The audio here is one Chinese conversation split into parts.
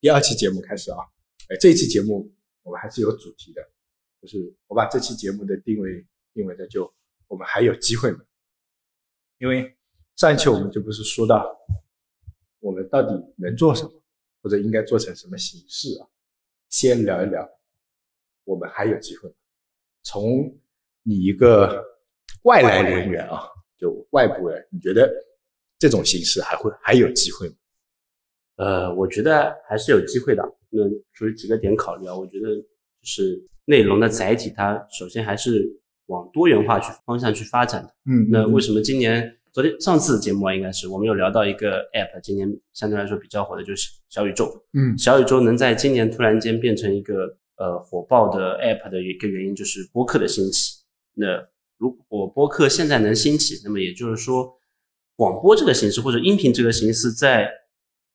第二期节目开始啊，哎，这一期节目我们还是有主题的，就是我把这期节目的定位定位在就我们还有机会吗？因为上一期我们就不是说到我们到底能做什么，或者应该做成什么形式啊？先聊一聊，我们还有机会吗。从你一个外来人员啊，就外部人，你觉得这种形式还会还有机会吗？呃，我觉得还是有机会的。那属于几个点考虑啊，我觉得就是内容的载体，它首先还是往多元化去方向去发展的。嗯那为什么今年？昨天上次节目啊，应该是我们有聊到一个 app，今年相对来说比较火的就是小宇宙。嗯小宇宙能在今年突然间变成一个呃火爆的 app 的一个原因，就是播客的兴起。那如果播客现在能兴起，那么也就是说，广播这个形式或者音频这个形式在，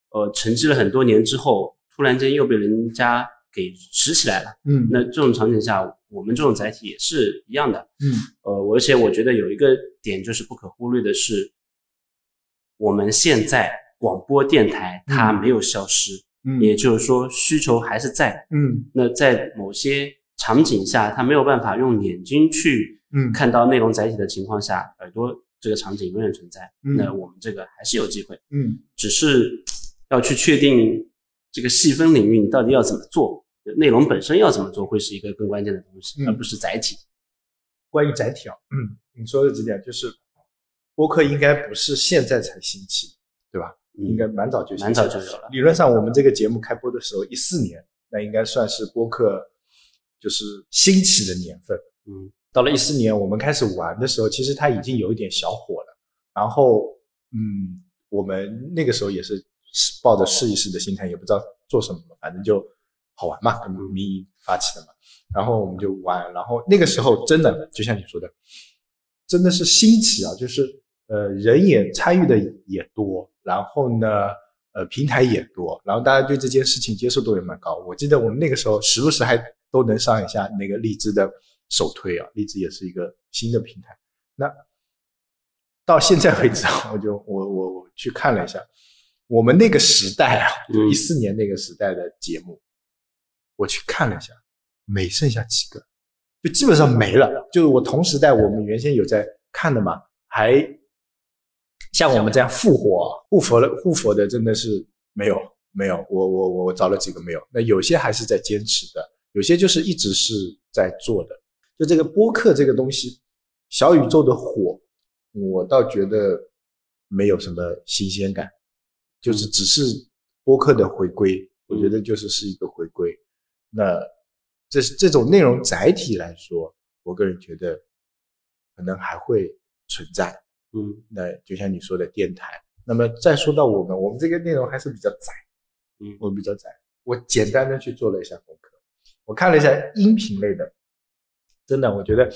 呃沉寂了很多年之后，突然间又被人家给拾起来了。嗯那这种场景下，我们这种载体也是一样的。嗯呃，我而且我觉得有一个点就是不可忽略的是，我们现在广播电台它嗯没有消失。嗯也就是说需求还是在的。嗯那在某些场景下，他没有办法用眼睛去嗯看到内容载体的情况下，耳朵这个场景永远存在。嗯那我们这个还是有机会，嗯只是要去确定这个细分领域你到底要怎么做，内容本身要怎么做，会是一个更关键的东西，嗯而不是载体。关于载体啊，嗯，你说的这点就是播客应该不是现在才兴起，对吧？应该嗯蛮早就兴起蛮早就有了。理论上，我们这个节目开播的时候，一四年，那应该算是播客就是兴起的年份。嗯，到了一四年，我们开始玩的时候，其实它已经有一点小火了。然后，嗯，我们那个时候也是抱着试一试的心态，也不知道做什么，反正就好玩嘛，跟迷营发起的嘛。然后我们就玩，然后那个时候真的就像你说的，真的是兴起啊，就是呃人也参与的也多，然后呢呃平台也多，然后大家对这件事情接受度也蛮高。我记得我们那个时候时不时还都能上一下那个荔枝的首推啊，荔枝也是一个新的平台。那到现在为止啊，我就我我我去看了一下，我们那个时代啊，就嗯一四年那个时代的节目，我去看了一下，没剩下几个，就基本上没了。就是我同时代，我们原先有在看的嘛，还像我们这样复活复活了复活的，真的是没有没有。我我我我找了几个没有，那有些还是在坚持的，有些就是一直是在做的。就这个播客这个东西，小宇宙的火，我倒觉得没有什么新鲜感，就是只是播客的回归，我觉得就是是一个回归。那这是这种内容载体来说，我个人觉得可能还会存在。嗯那就像你说的电台，那么再说到我们，我们这个内容还是比较窄，嗯我比较窄。我简单的去做了一下功课，我看了一下音频类的，真的，我觉得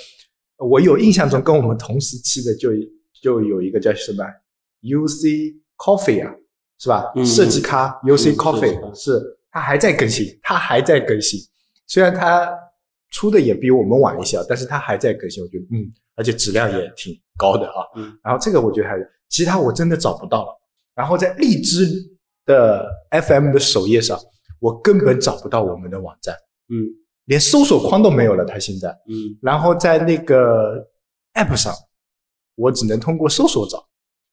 我有印象中跟我们同时期的就就有一个叫什么 UC Coffee 啊，是吧？嗯设计咖 UC 嗯 Coffee、设计咖是，它还在更新，它还在更新。虽然它出的也比我们晚一些，啊，但是它还在更新，我觉得嗯，而且质量也挺高的啊。嗯然后这个我觉得还是，其他我真的找不到了。然后在荔枝的 FM 的首页上，我根本找不到我们的网站，嗯连搜索框都没有了。它现在，嗯然后在那个 App 上，我只能通过搜索找。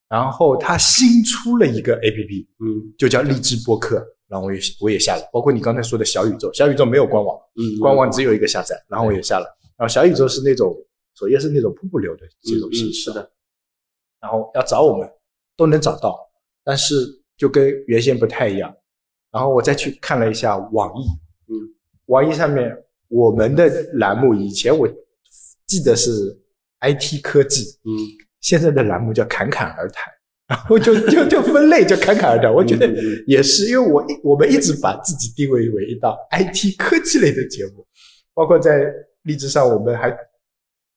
然后它新出了一个 APP，嗯就叫荔枝播客，然后我也我也下了，包括你刚才说的小宇宙，小宇宙没有官网，嗯，官网只有一个下载，然后我也下了。然后小宇宙是那种首页是那种瀑布流的这种形嗯式是的，的，然后要找我们都能找到，但是就跟原先不太一样。然后我再去看了一下网易，嗯，网易上面我们的栏目以前我记得是 IT 科技，嗯现在的栏目叫侃侃而谈，然后就就就分类就侃侃而谈。我觉得嗯嗯也是，因为我一我们一直把自己定位为一档 IT 科技类的节目，包括在荔枝上，我们还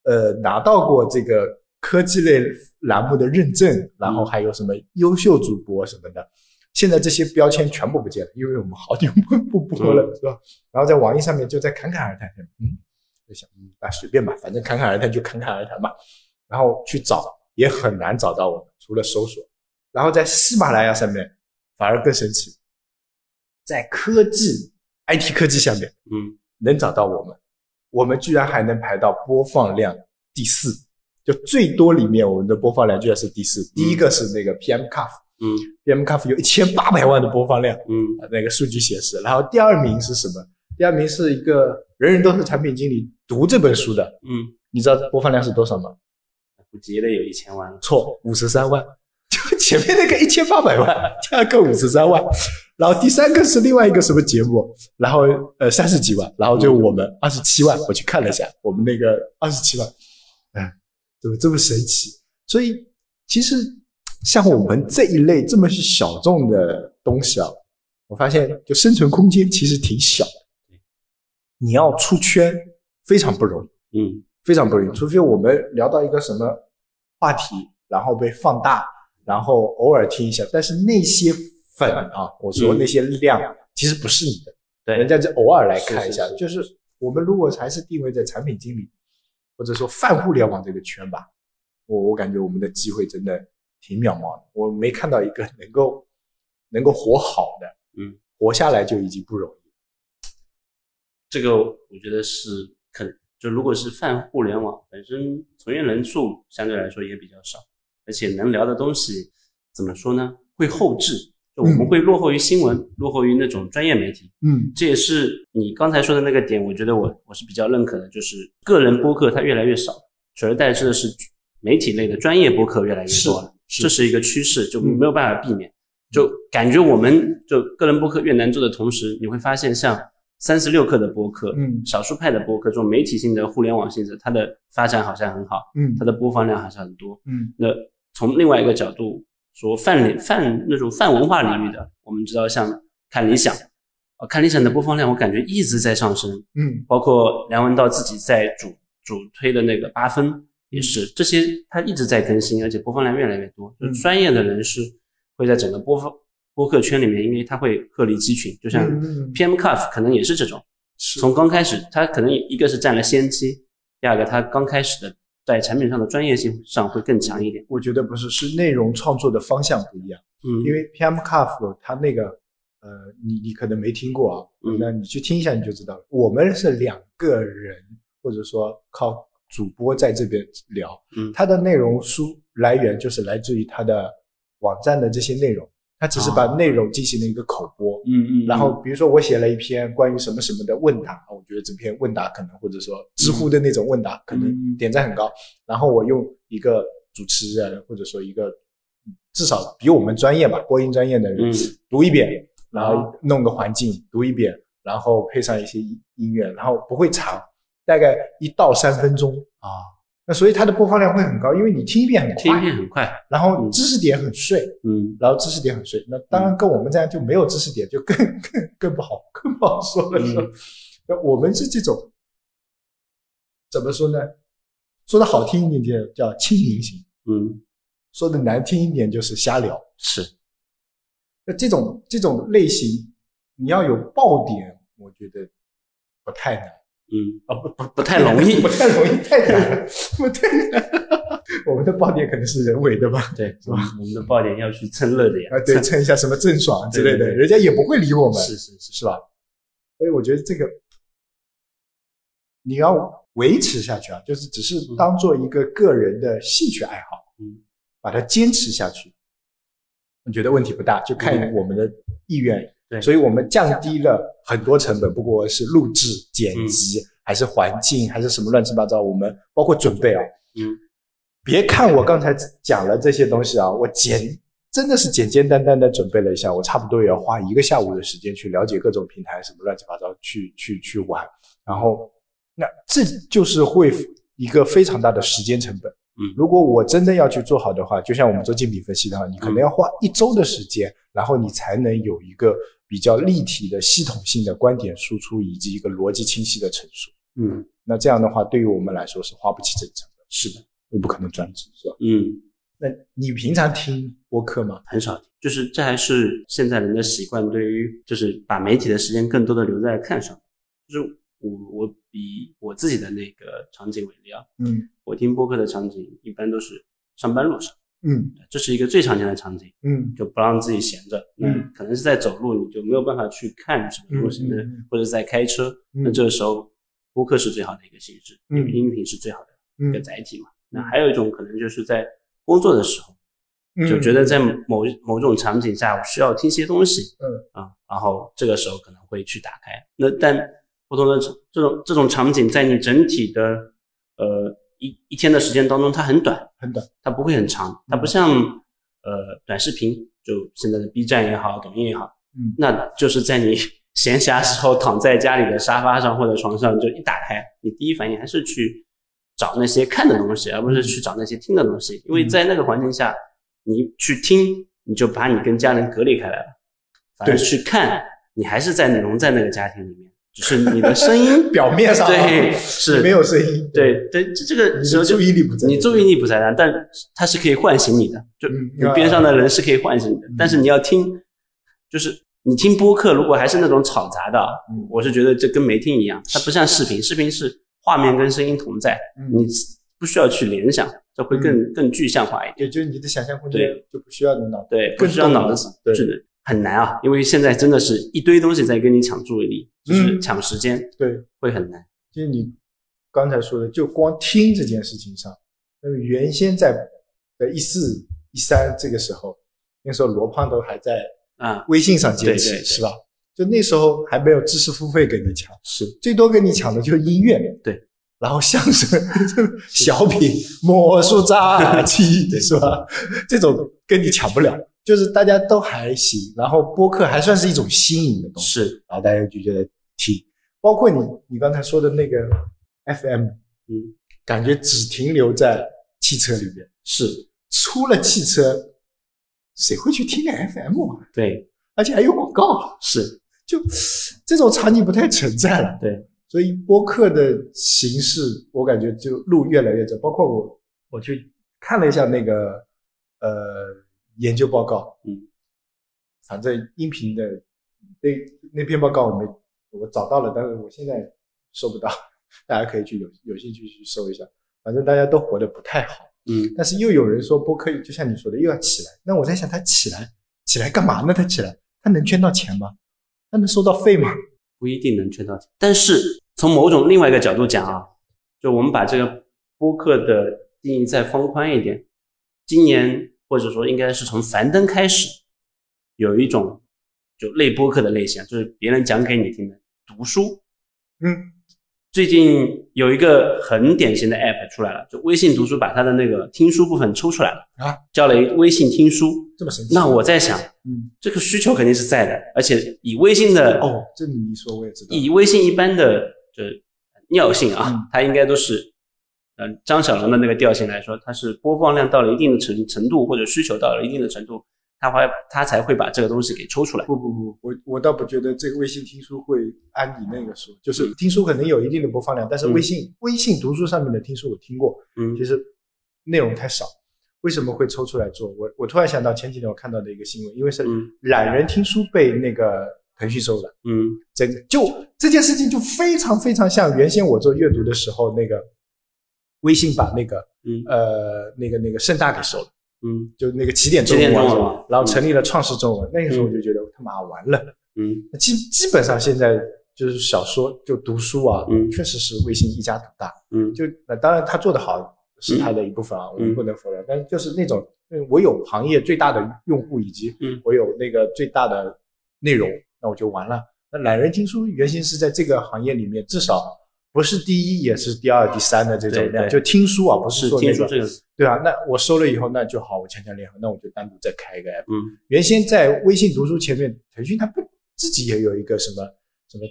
呃拿到过这个科技类栏目的认证，然后还有什么优秀主播什么的。现在这些标签全部不见了，因为我们好久不不播了，是吧？然后在网易上面就在侃侃而谈，嗯，就想嗯，那随便吧，反正侃侃而谈就侃侃而谈吧。然后去找也很难找到我们，除了搜索。然后在喜马拉雅上面反而更神奇，在科技 IT 科技下面嗯，能找到我们，我们居然还能排到播放量第四，就最多里面我们的播放量居然是第四，第一个是那个 PM Cuff，PM 嗯 Cuff 有一千八百万的播放量，嗯呃那个数据显示，然后第二名是什么？第二名是一个人人都是产品经理读这本书的，嗯，你知道播放量是多少吗？我积累有一千万了。错，五十三万。就前面那个一千八百万，第二个五十三万，然后第三个是另外一个什么节目，然后呃三十几万，然后就我们二十七万，我去看了一下，我们那个二十七万，哎，怎么这么神奇？所以其实像我们这一类这么小众的东西啊，我发现就生存空间其实挺小的，你要出圈非常不容易。嗯非常不容易，除非我们聊到一个什么话题，然后被放大，然后偶尔听一下。但是那些粉啊，我说嗯那些量、其实不是你的，对人家就偶尔来看一下。是是是就是我们如果还是定位在产品经理或者说泛互联网这个圈吧，我我感觉我们的机会真的挺渺茫的。我没看到一个能够 能够活好的，嗯，活下来就已经不容易了。这个我觉得是肯，就如果是泛互联网本身从业人数相对来说也比较少，而且能聊的东西怎么说呢？会后置，就我们嗯会落后于新闻，落后于那种专业媒体。嗯这也是你刚才说的那个点，我觉得我我是比较认可的，就是个人播客它越来越少，取而代之的是媒体类的专业播客越来越多了，是这是一个趋势，就嗯没有办法避免。就感觉我们就个人播客越难做的同时，你会发现像三十六课的播客、嗯少数派的播客这种媒体性的互联网性质，它的发展好像很好，嗯它的播放量还是很多。嗯那从另外一个角度说，泛领泛那种泛文化领域的，我们知道像看理想，呃，看理想的播放量我感觉一直在上升，嗯包括梁文道自己在主主推的那个八分也是，这些他一直在更新，而且播放量越来越多。就嗯专业的人士会在整个播放播客圈里面，因为他会鹤立鸡群，就像嗯嗯嗯 PM Cuff 可能也是这种，是从刚开始，他可能一个是占了先机，第二个他刚开始的在产品上的专业性上会更强一点。我觉得不是，是内容创作的方向不一样。嗯，因为 PM Cuff 它那个，呃，你你可能没听过啊，嗯那你去听一下你就知道了。我们是两个人，或者说靠主播在这边聊，嗯它的内容书来源就是来自于它的网站的这些内容，它只是把啊内容进行了一个口播，嗯嗯，然后比如说我写了一篇关于什么什么的问答，我觉得这篇问答可能或者说知乎嗯的那种问答可能点赞很高，然后我用一个主持人或者说一个嗯至少比我们专业吧，播音专业的人嗯啊读一遍，然后弄个环境读一遍，然后配上一些音音乐，然后不会长，大概一到三分钟啊。那所以它的播放量会很高，因为你听一遍很听一遍快，很快，然后知识点很碎，嗯然后知识点很碎。那当然跟我们这样就没有知识点，就更更更不好， 更不好说了。是吧嗯那我们是这种怎么说呢？说的好听一点叫亲民型，嗯说的难听一点就是瞎聊。是，那这种这种类型，你要有爆点，我觉得不太难，嗯啊不不不太 容易不，太容易，太难了，不太难。 我们的爆点可能是人为的吧？对，我们我们的爆点要去蹭热点啊，对，蹭一下什么郑爽之类的，对对对人家也不会理我们。是是是，是吧？所以我觉得这个你要维持下去啊，就是只是当做一个个人的兴趣爱好，嗯，把它坚持下去，我觉得问题不大，就看嗯我们的意愿。对所以我们降低了很多成本，不管是录制、剪辑，还是环境，还是什么乱七八糟，我们包括准备啊，嗯，别看我刚才讲了这些东西啊，我简真的是简简单单的准备了一下，我差不多也要花一个下午的时间去了解各种平台什么乱七八糟，去去去玩，然后那这就是会一个非常大的时间成本。嗯如果我真的要去做好的话，就像我们做竞品分析的话，你可能要花一周的时间，然后你才能有一个比较立体的、系统性的观点输出以及一个逻辑清晰的陈述。嗯那这样的话，对于我们来说是花不起这个成本，是的，也不可能转职，是吧？嗯那你平常听播客吗？很少听，就是这还是现在人的习惯，对于就是把媒体的时间更多的留在看上，就是我我以我自己的那个场景为例啊，嗯我听播客的场景一般都是上班路上，嗯这是一个最常见的场景，嗯就不让自己闲着。那嗯可能是在走路，你就没有办法去看什么东西的嗯嗯嗯，或者在开车。那这个时候，播客是最好的一个形式，嗯音频是最好的一个嗯载体嘛。那还有一种可能就是在工作的时候，嗯，就觉得在某某种场景下，我需要听些东西，嗯啊，然后这个时候可能会去打开。那但不同的场这种这种场景，在你整体的呃一一天的时间当中，它很短，很短，它不会很长，它嗯不像呃短视频，就现在的 B 站也好，抖音也好，嗯那就是在你 闲暇时候躺在家里的沙发上或者床上，就一打开，你第一反应还是去找那些看的东西，而不嗯是去找那些听的东西，因为在那个环境下，你去听，你就把你跟家人隔离开来了，反而对去看，你还是在融在那个家庭里面，只是你的声音表面上啊对是没有声音，对对，这这个你时的候就注意力不在你注意力不在那，但它是可以唤醒你的，就嗯你边上的人是可以唤醒你的嗯，但是你要听，就是你听播客，如果还是那种吵杂的啊嗯，我是觉得这跟没听一样，它不像视频，视频是画面跟声音同在，嗯你不需要去联想，这会更更具象化一点，也就是你的想象空间对就不需要你脑对，不更需要动脑脑子子，对是很难啊，因为现在真的是一堆东西在跟你抢注意力，就是嗯抢时间，对，会很难。就是你刚才说的，就光听这件事情上，那么原先在在一四一三这个时候，那时候罗胖都还在啊，微信上接对对起，对是吧？就那时候还没有知识付费跟你抢，是最多跟你抢的就是音乐，对， 然后相声、小品、魔术杂技， 是吧？这种跟你抢不了，就是大家都还行，然后播客还算是一种新颖的东西。是，然后大家就觉得听，包括你你刚才说的那个 FM，嗯，感觉只停留在汽车里面，是出了汽车，谁会去听个 FM 啊？对，而且还有广告，是就这种场景不太存在了。对，所以播客的形式，我感觉就路越来越走。包括我，我去看了一下那个呃研究报告，嗯，反正音频的那那篇报告我没我找到了，但是我现在搜不到， 大家可以去有有兴趣去搜一下。反正大家都活得不太好，嗯，但是又有人说播客就像你说的又要起来，那我在想他起来起来干嘛呢？他起来他能圈到钱吗？他能收到费吗？不一定能圈到钱。但是从某种另外一个角度讲啊，就我们把这个播客的定义再放宽一点，今年或者说应该是从樊登开始，有一种就类播客的类型，就是别人讲给你听的读书。嗯最近有一个很典型的 app 出来了，就微信读书把它的那个听书部分抽出来了啊，叫了一微信听书。这么神奇？那我在想，嗯这个需求肯定是在的，而且以微信的哦，这你一说我也知道。以微信一般的这尿性啊，嗯它应该都是，嗯、张小龙的那个调性来说，它是播放量到了一定的程程度，或者需求到了一定的程度，它会它才会把这个东西给抽出来。不不不，我我倒不觉得这个微信听书会按你那个说，就是听书可能有一定的播放量，但是嗯微信、微信读书上面的听书我听过，嗯其实内容太少。为什么会抽出来做？我我突然想到前几天我看到的一个新闻，因为是嗯懒人听书被那个腾讯收了。嗯真的就这件事情就非常非常像原先我做阅读的时候那个微信把那个嗯呃那个那个盛大给收了。嗯就那个起点中起文，点中文嗯嘛然后成立了创世中文。那个时候我就觉得他妈完了，嗯基基本上现在就是小说就读书啊，嗯确实是微信一家独大。嗯，就那当然他做得好是他的一部分啊，我嗯们不能否认。但是就是那种，嗯我有行业最大的用户以及嗯我有那个最大的内容，那我就完了。那懒人听书原先是在这个行业里面至少。不是第一，也是第二、第三的这种对量，对就听书啊，不是说那听个说这个，对啊，那我收了以后，那就好，我强强联合，那我就单独再开一个 app。嗯原先在微信读书前面，腾讯它不自己也有一个什么什么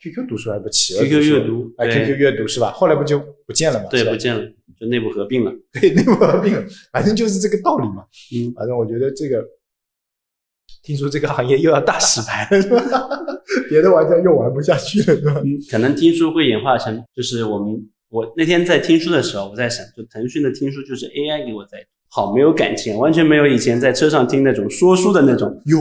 QQ 读书还不企鹅 QQ 阅读读，啊对 QQ 阅读是吧？后来不就不见了嘛？对是吧啊不见了，就内部合并了。对内部合并了，反正就是这个道理嘛。嗯反正我觉得这个，听说这个行业又要大洗牌了，是吧？ 别的玩家又玩不下去了，是吧？嗯，可能听书会演化成，就是我们我那天在听书的时候，我在想，就腾讯的听书就是 AI 给我在。好，没有感情，完全没有以前在车上听那种说书的那种有，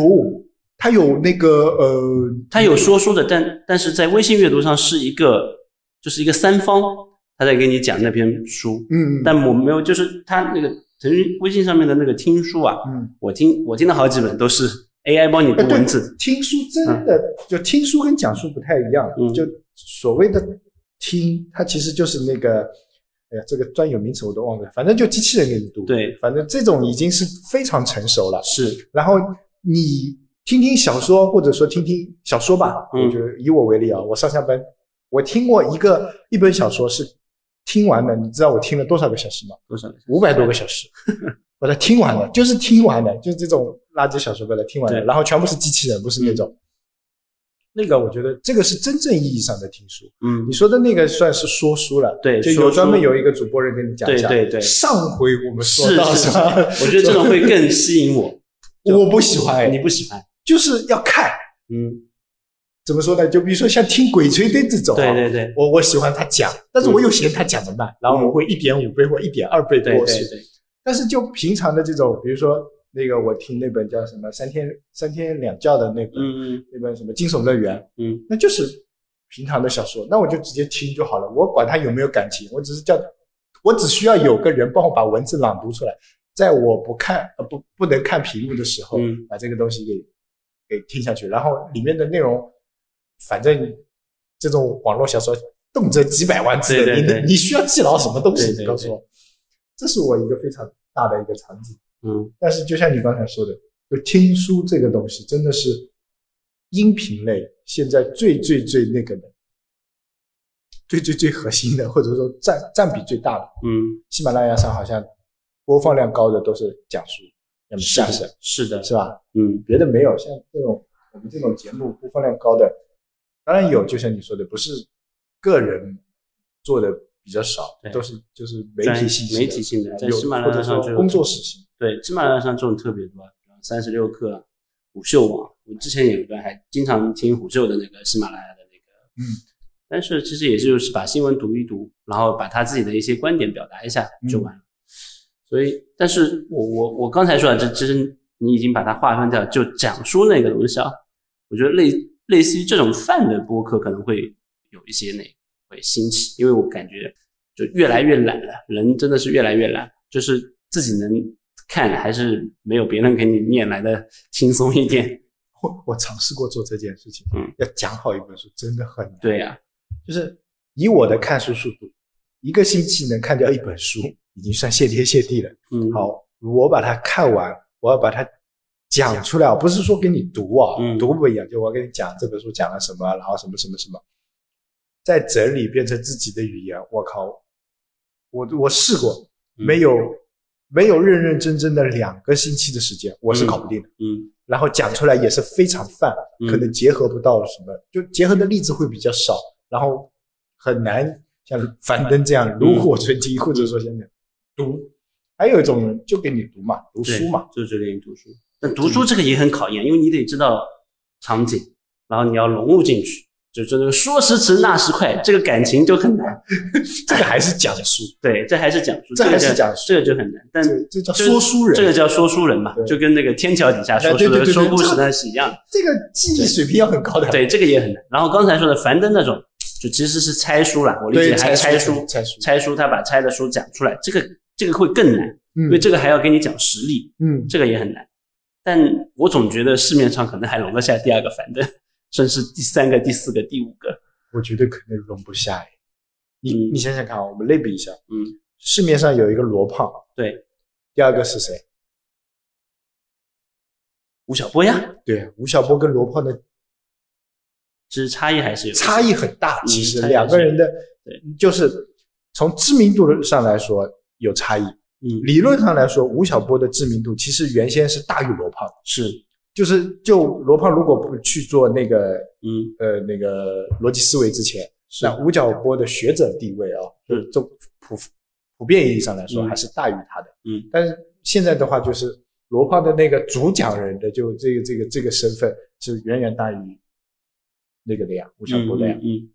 它有那个呃，它有说书的，但但是在微信阅读上是一个，就是一个三方，他在给你讲那篇书，嗯，但我没有，就是他那个腾讯微信上面的那个听书啊，嗯，我听我听了好几本都是 AI 帮你读哎对文字，听书真的就听书跟讲述不太一样，嗯就所谓的听，它其实就是那个，哎呀，这个专有名词我都忘了，反正就机器人给你读，对，反正这种已经是非常成熟了。是然后你听听小说，或者说听听小说吧，嗯我觉得以我为例啊，我上下班我听过一个一本小说是听完的，你知道我听了多少个小时吗？多少？五百多个小 时，把它听完了，就是听完了，就是这种垃圾小说把它听完了，对然后全部是机器人，不是那种。那个我觉得这个是真正意义上的听书，嗯你，说的那个算是说书了，对就说有书专门有一个主播人跟你讲一下。对对对上回我们说是到是是吧，我觉得这种会更吸引我。就我不喜欢哎，你不喜欢？就是要看，嗯，怎么说呢？就比如说像听鬼吹灯这种、啊，对对对我我喜欢他讲，但是我又嫌他讲的慢，然后我会一点五倍或一点二倍对过对去。对，但是就平常的这种，比如说那个我听那本叫什么《三天三天两觉》的那本、嗯嗯那本什么《惊悚乐园》，嗯，那就是平常的小说，那我就直接听就好了，我管他有没有感情，我只是叫，我只需要有个人帮我把文字朗读出来，在我不看呃不不能看屏幕的时候，嗯把这个东西给给听下去，然后里面的内容，反正这种网络小说动辄几百万字的，对对对你你需要记牢什么东西？对对你告诉我，这是我一个非常大的一个场景。嗯，但是就像你刚才说的，就听书这个东西真的是音频类现在最最最那个的，最最最核心的，或者说占占比最大的。嗯，喜马拉雅上好像播放量高的都是讲述，要么相声，是的，是吧？嗯，别的没有，像这种我们这种节目播放量高的，当然有，就像你说的，不是个人做的比较少对，都是就是媒专体信息的，媒体性的，在有喜马或拉雅者上就说工作室性。对，喜马拉雅上这种特别多，比方三十六课啊、虎嗅网，我之前有一段还经常听虎嗅的那个喜马拉雅的那个，嗯，但是其实也就是把新闻读一读，然后把他自己的一些观点表达一下嗯就完了。所以，但是我我我刚才说啊，这其实你已经把它划分掉，就讲述那个东西啊，我觉得类类似于这种泛的播客可能会有一些那个会兴起，因为我感觉就越来越懒了，人真的是越来越懒，就是自己能看还是没有别人给你念来的轻松一点。我我尝试过做这件事情，嗯，要讲好一本书真的很难。，对呀、就是以我的看书速度，一个星期能看掉一本书，已经算谢天谢地了。嗯，，好，我把它看完，我要把它讲出来，我不是说给你读啊，嗯读不一样，就我要跟你讲这本书讲了什么，然后什么什么什么，再整理变成自己的语言。我靠，我我试过，嗯没有、没有认认真真的两个星期的时间，我是搞不定的。嗯，然后讲出来也是非常泛，嗯可能结合不到什么，就结合的例子会比较少，然后很难像樊登这嗯样炉火纯青，或者说像那样读。还有一种人就给你读嘛，读读书嘛，，就是给你读书。但读书这个也很考验，因为你得知道场景，然后你要融入进去，就就那个说时迟那时快，这个感情就很难。 这个还是讲 书，对，这还是讲述，这还个是就讲述这个就很难。但这这叫这说书人。嗯这个叫说书人嘛对，哎就跟那个天桥底下说对书对对的对说对故事这个那是一样的。这个记忆水平要很 高的，对，这个也很难。然后刚才说的樊登那种，就其实是拆书啦，我理对，解还拆书书，拆书，拆书他把拆的书讲出来，这个这个会更难，因嗯为这个还要给你讲实例，嗯，这个也很难。但我总觉得市面上可能还容得下第二个樊登， 甚至第三个、第四个、第五个。我觉得可能容不下哎。你嗯你想想看啊，我们类比一下，嗯，市面上有一个罗胖，对，第二个是谁？吴晓波呀，对，吴晓波跟罗胖的其实差异还是有差异很大，嗯其实差异两个人的对就是从知名度上来说有差异，嗯理论上来说，吴晓波的知名度其实原先是大于罗胖的，是就是就罗胖如果不去做那个嗯呃那个逻辑思维之前，是那吴晓波的学者地位啊，就是就普普遍意义上来说嗯还是大于他的，嗯，但是现在的话就是罗胖的那个主讲人的就这个这个这个身份是远远大于那个的呀，吴晓波的呀。嗯嗯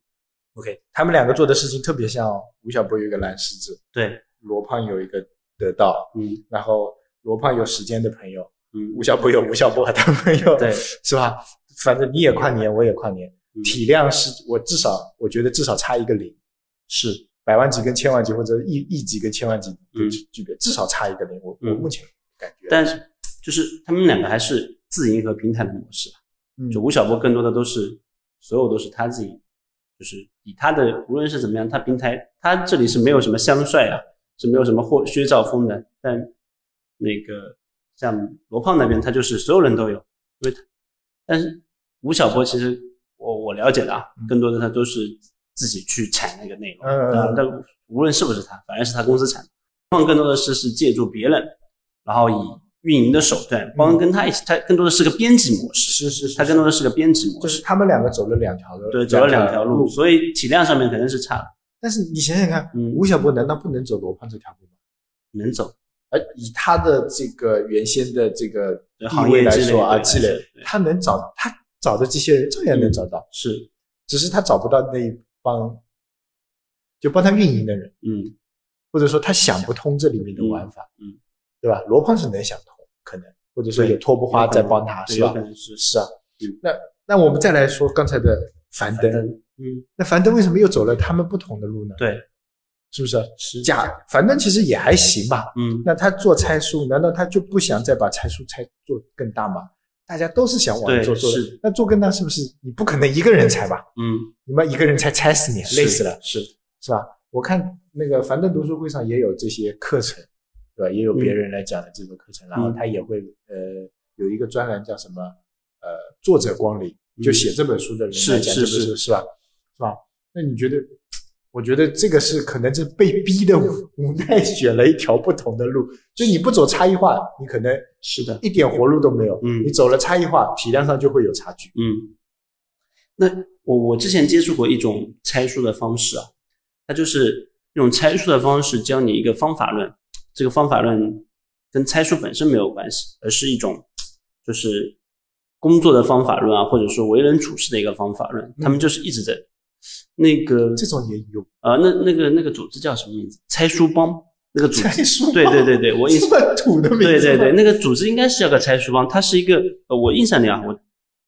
OK，他们两个做的事情特别像哦吴晓波有一个蓝狮子，对罗胖有一个得到，嗯然后罗胖有时间的朋友，嗯吴晓波有吴晓波和他朋友，对，是吧？反正你也跨年，我也跨年嗯，体量是我至少我觉得至少差一个零，是百万级跟千万级或者亿亿级跟千万级的嗯区别，至少差一个零。我我嗯目前感觉，但是就是他们两个还是自营和平台的模式吧。嗯就吴晓波更多的都是所有都是他自己，就是以他的无论是怎么样，他平台他这里是没有什么香帅啊，是没有什么或薛兆丰的，但那个像罗胖那边，他就是所有人都有，因为他但是吴晓波其实我我了解的啊嗯，更多的他都是自己去产那个内容，嗯嗯嗯但但无论是不是他，反而是他公司产的，罗胖更多的是是借助别人，然后以运营的手段嗯帮跟他一起，他更多的是个编辑模式。是是是，它更多的是个编辑模就式是，他们两个走了两条路，对，走了两条路，。所以体量上面肯定是差的，但是你想想看，嗯吴晓波难道不能走罗胖这条路吗？能走。而以他的这个原先的这个地对呃行位业来积累说啊，对积累是对，嗯他能找他找的这些人照样能找到，是，只是他找不到那一帮就帮他运营的人，嗯，或者说他想不通这里面的玩法，嗯嗯对吧？罗胖是能想通，可能或者说有托布花在帮他，对是吧有可？能是是啊嗯，那那我们再来说刚才的樊登，嗯，那樊登为什么又走了他们不同的路呢？对，是不是？假樊登其实也还行吧，嗯，那他做参数，难道他就不想再把参数拆做更大吗？大家都是想往对做做的是，那做更大是不是你不可能一个人拆吧？嗯，你妈一个人拆拆死你，累死了，是，是吧？我看那个樊登读书会上也有这些课程，对吧？也有别嗯人来讲的这种课程，然后他也会呃有一个专栏叫什么呃作者光临，嗯就写这本书的人是来讲这本书是是是吧？是吧？那你觉得？我觉得这个是可能是被逼的无无奈选了一条不同的路，就你不走差异化，你可能是的，一点活路都没有。嗯你走了差异化，体量上就会有差距。嗯，那我我之前接触过一种拆书的方式啊，它就是用拆书的方式教你一个方法论，这个方法论跟拆书本身没有关系，而是一种就是工作的方法论啊，或者说为人处事的一个方法论。他们就是一直在那个嗯这种也有呃，那那个那个组织叫什么名字？拆书帮那个组织，拆书吗，对对对对，我印这象么土的名字吗，对对对，那个组织应该是叫个拆书帮，它是一个呃，我印象里啊，我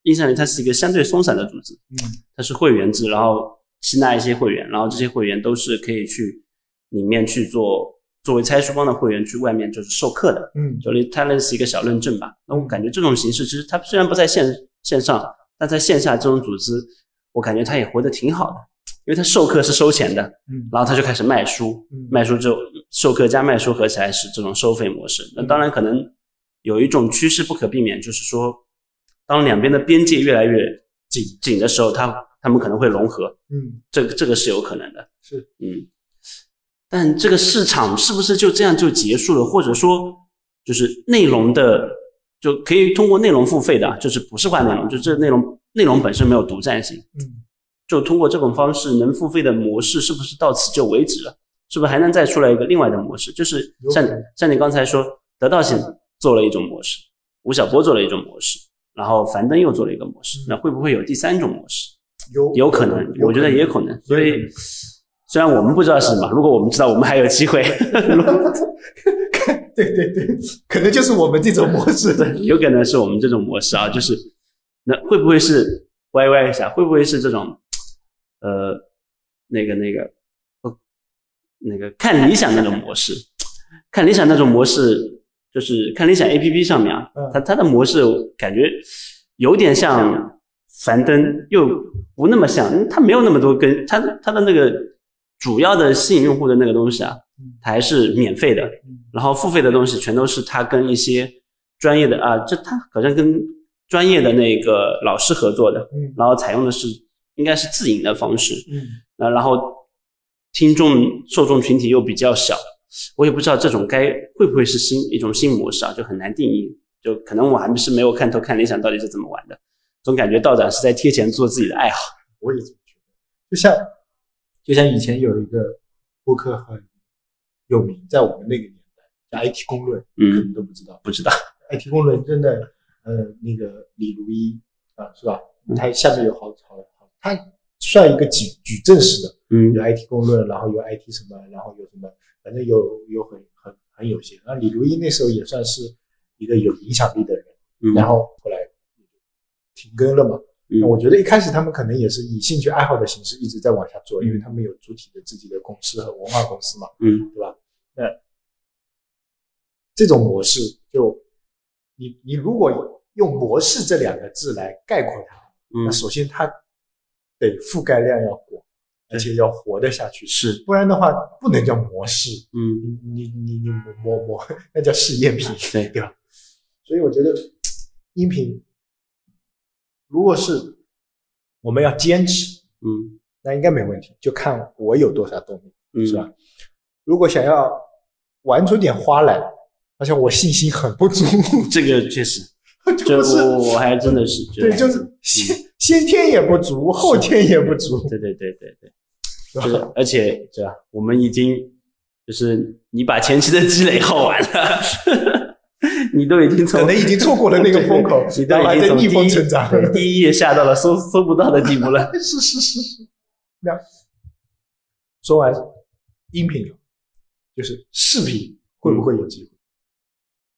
印象里它是一个相对松散的组织，嗯，它是会员制，然后吸纳一些会员，然后这些会员都是可以去里面去做作为拆书帮的会员去外面就是授课的， 嗯，就类它类似一个小论证吧。那我感觉这种形式其实它虽然不在线线上，但在线下这种组织，我感觉它也活得挺好的，因为它授课是收钱的，嗯然后他就开始卖书嗯，卖书之后授课加卖书合起来是这种收费模式。那当然可能有一种趋势不可避免，就是说，当两边的边界越来越紧紧的时候，他他们可能会融合，嗯，这个这个是有可能的。是，嗯。但这个市场是不是就这样就结束了？或者说，就是内容的就可以通过内容付费的啊，就是不是花内容，就这内容内容本身没有独占性。嗯，就通过这种方式能付费的模式，是不是到此就为止了？是不是还能再出来一个另外的模式？就是有可像能像你刚才说，得到性做了一种模式，吴晓波做了一种模式，然后樊登又做了一个模式嗯，那会不会有第三种模式？有有可能，我觉得也可能。所以虽然我们不知道是什么，如果我们知道，我们还有 机会。 对对对，可能就是我们这种模式的。有可能是我们这种模式啊，就是那会不会是 YY 一下？会不会是这种呃那个那个呃那个看理想那种模式？看理想那种模式就是看理想 APP 上面啊嗯，它它的模式感觉有点像樊登，又不那么像，因为它没有那么多跟它它的那个主要的吸引用户的那个东西啊嗯，它还是免费的，然后付费的东西全都是他跟一些专业的啊，这他好像跟专业的那个老师合作的，嗯然后采用的是应该是自营的方式，嗯，那然后听众受众群体又比较小，我也不知道这种该会不会是新一种新模式啊，就很难定义，就可能我还是没有看透看理想到底是怎么玩的，总感觉道长是在贴钱做自己的爱好，我也这么觉得。就像就像以前有一个播客很有名，在我们那个年代叫 IT 公论，可能嗯，都不知道。不知道， IT 公论真的，呃，那个李如一啊，是吧？嗯他下面有好好好，他算一个矩矩阵式的，嗯有 IT 公论，然后有 IT 什么，然后有什么，反正有有很很很有些。那李如一那时候也算是一个有影响力的人，嗯然后后来停更了嘛，嗯那我觉得一开始他们可能也是以兴趣爱好的形式一直在往下做，因为他们有主体的自己的公司和文化公司嘛，嗯对吧？那这种模式就你你如果用模式这两个字来概括它，嗯那，首先它得覆盖量要广，而且要活得下去，是，不然的话不能叫模式，嗯，你你你你模模模 那叫试验品，啊对对吧？所以我觉得音频如果是我们要坚持，嗯那应该没问题，就看我有多少动力，嗯，是吧？？如果想要玩出点花来，好像我信心很不足， 嗯这个确实，这嗯就个不是我我还真的是觉得，对，就是先先天也不足，后天也不足，对对对对对，是啊就是啊吧？而且对吧？我们已经就是你把前期的积累耗完了， 你都已经从，可能已经错过了那个风口你都然后还已在经从逆风第一成长。对第一页下到了搜搜不到的地步了。 是是是是，那说完音频，就是视频会不会有机会？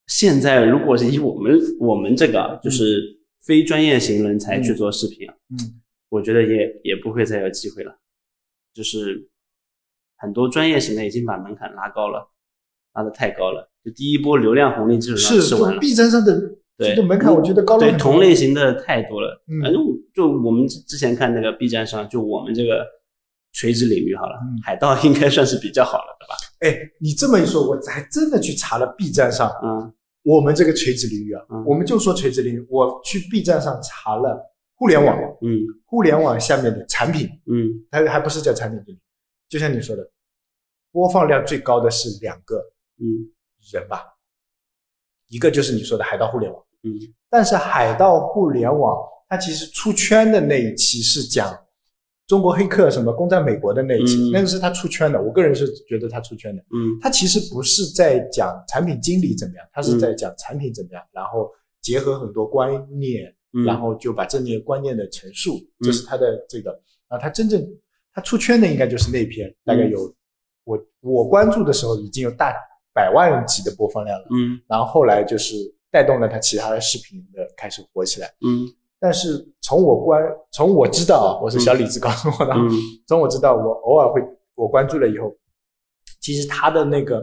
现在如果是以我们我们这个啊就是非专业型人才去做视频啊，嗯，我觉得也也不会再有机会了。就是很多专业型的已经把门槛拉高了，拉得太高了。就第一波流量红利基本上是，吃就嗯完了。 B 站上的对这个门槛，我觉得高了对很多同类型的太多了，嗯反正我就我们之之前看那个 B 站上，就我们这个垂直领域好了，嗯海盗应该算是比较好 了，对吧？哎，你这么一说，我还真的去查了 B 站上嗯我们这个垂直领域啊嗯，我们就说垂直领域，我去 B 站上查了互联网，嗯互联网下面的产品，嗯它还不是叫产品经理，就像你说的，播放量最高的是两个嗯人吧，一个就是你说的海盗互联网。嗯但是海盗互联网它其实出圈的那一期是讲中国黑客什么攻占美国的那一期，嗯那个是它出圈的。我个人是觉得它出圈的，嗯它其实不是在讲产品经理怎么样，它是在讲产品怎么样，然后结合很多观念，嗯，然后就把这些观念的陈述，这是它的这个啊，它真正它出圈的应该就是那篇，大嗯概有我我关注的时候已经有大百万级的播放量了。嗯然后后来就是带动了他其他的视频的开始火起来。嗯但是从我关，从我知道，啊我是小李子告诉我的，嗯从我知道，我偶尔会我关注了以后，其实他的那个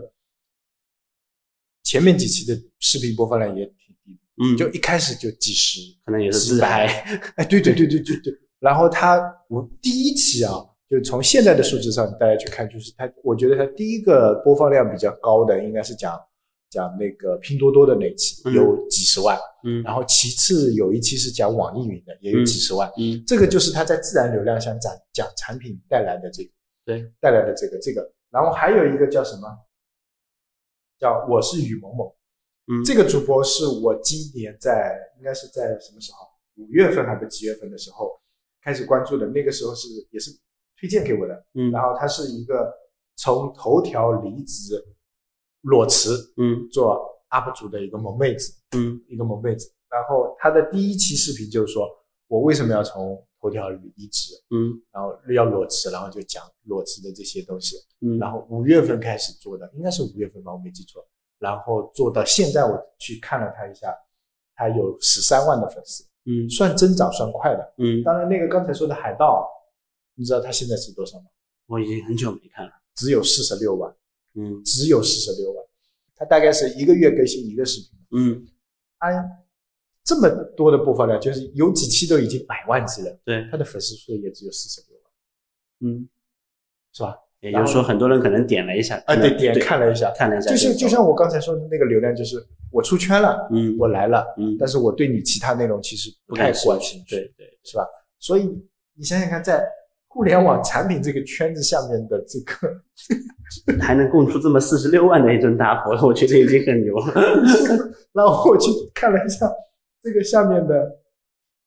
前面几期的视频播放量也挺低的，嗯，就一开始就几十，可能也是自几百嗨， 哎，对对对对对对。然后他我第一期啊，就从现在的数字上大家去看，就是他，我觉得他第一个播放量比较高的应该是讲讲那个拼多多的那期，嗯有几十万。嗯然后其次有一期是讲网易云的，也有几十万。嗯这个就是他在自然流量上讲讲产品带来的这个，对，带来的这个这个。然后还有一个叫什么？叫我是雨萌萌，嗯这个主播是我今年在应该是在什么时候？五月份还是几月份的时候开始关注的？那个时候是也是推荐给我的。嗯然后他是一个从头条离职裸辞嗯做 UP 主的一个萌妹子，嗯一个萌妹子。然后她的第一期视频就是说我为什么要从头条离职，嗯然后要裸辞，然后就讲裸辞的这些东西。嗯，然后五月份开始做的，应该是五月份吧，我没记错。然后做到现在，我去看了他一下，他有十三万的粉丝，嗯算增长算快的。嗯，当然，那个刚才说的海盗，你知道他现在是多少吗？我已经很久没看了，只有四十六万，嗯只有四十六万。他大概是一个月更新一个视频，嗯按这么多的播放量，就是有几期都已经百万级了，对他的粉丝数也只有四十六万，嗯，是吧？也就是说很多人可能点了一下，啊，可能对，点看了一下，看了一下就个时候，是就像我刚才说的那个流量，就是我出圈了，嗯我来了。嗯但是我对你其他内容其实不太关心，对，对是吧？所以你想想看，在互联网产品这个圈子下面的这个， 还能供出这么四十六万的一尊大佛，我觉得已经很牛了。然后我去看了一下这个下面的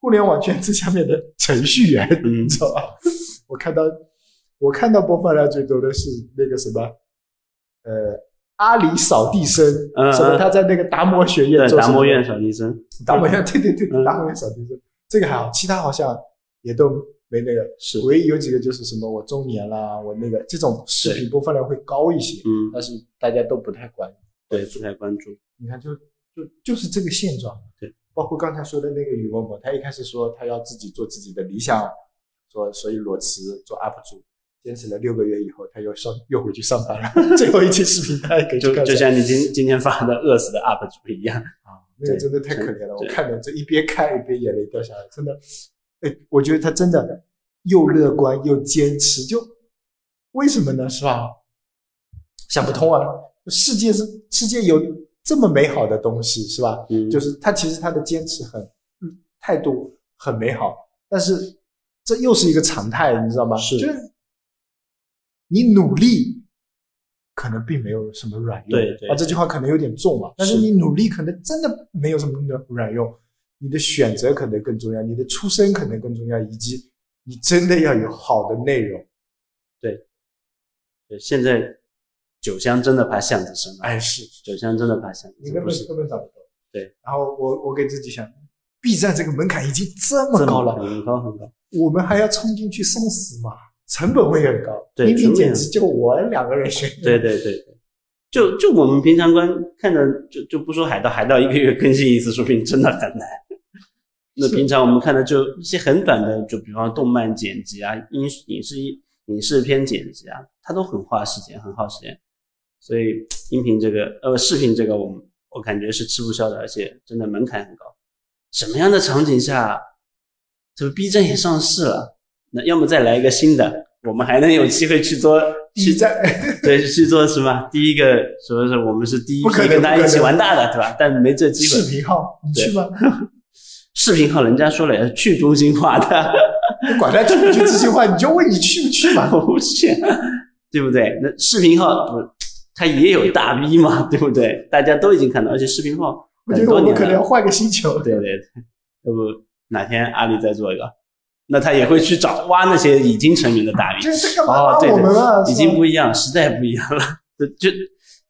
互联网圈子下面的程序员，嗯你知道吧？ 我看到我看到播放量最多的是那个什么，呃。阿里扫地僧嗯，什么？嗯他在那个达摩学院对，做达什摩么院小医生达摩院， 对对对嗯，达摩院小提升，啊这个还好，其他好像也都没那个。是，唯一有几个就是什么我中年啦，我那个这种视频播放量会高一些，嗯，但是大家都不太管。对，不太关注，你看就，就就是这个现状。对，包括刚才说的那个宇文博，他一开始说他要自己做自己的理想，说所以裸辞做 UP 主，坚持了六个月以后，他又上又回去上班 了。最后一期视频大家可以去就看一下，就像你今今天发的饿死的 UP 主一样，啊，那个真的太可怜了，我对看着这一边看一边眼泪掉下来，真的，哎，我觉得他真的又乐观又坚持，就为什么呢？是吧？想不通啊！世界是世界有这么美好的东西，是吧？嗯，就是他其实他的坚持很，嗯，态度很美好，但是这又是一个常态，你知道吗？是就是你努力，可能并没有什么卵用。对对啊，这句话可能有点重啊，但是是你努力可能真的没有什么卵用，你的选择可能更重要，你的出身可能更重要，以及你真的要有好的内容。对现在酒香真的怕巷子深啊，哎，是酒香真的怕巷子你深，根不本是根本找不到。对，然后我我给自己想，B 站这个门槛已经这么这么高了，很高很高，我们还要冲进去送死嘛，成本会很高。对明明成本简直就我两个人选。对对对对，就就我们平常观看的，就就不说海盗，海盗一个月更新一次，说明真的很难。那是平常我们看的就一些很短的，就比方动漫剪辑啊、音影视影视片剪辑啊，它都很花时间，很耗时间。所以音频这个呃视频这个我，们我感觉是吃不消的，而且真的门槛很高。什么样的场景下，这不 B 站也上市了？那要么再来一个新的，我们还能有机会去做去 B 站 对，去做什么？第一个什么是我们是第一不可批能跟他不可一起能玩大的，对吧？但没这机视会。频号，你去吗？视频号人家说了要去中心化的， 管他去不去这句话，你就问你去不去 嘛。我不去，对不对？那视频号不，它也有大 V 嘛， 对不对？大家都已经看到，而且视频号我觉很得我多们年可能要了。换个星球。对对对，要不哪天阿里再做一个，那他也会去找挖那些已经成名的大 V。这这干嘛哦，拉对我们啊？对，已是经吧不一样，时代不一样了， 就就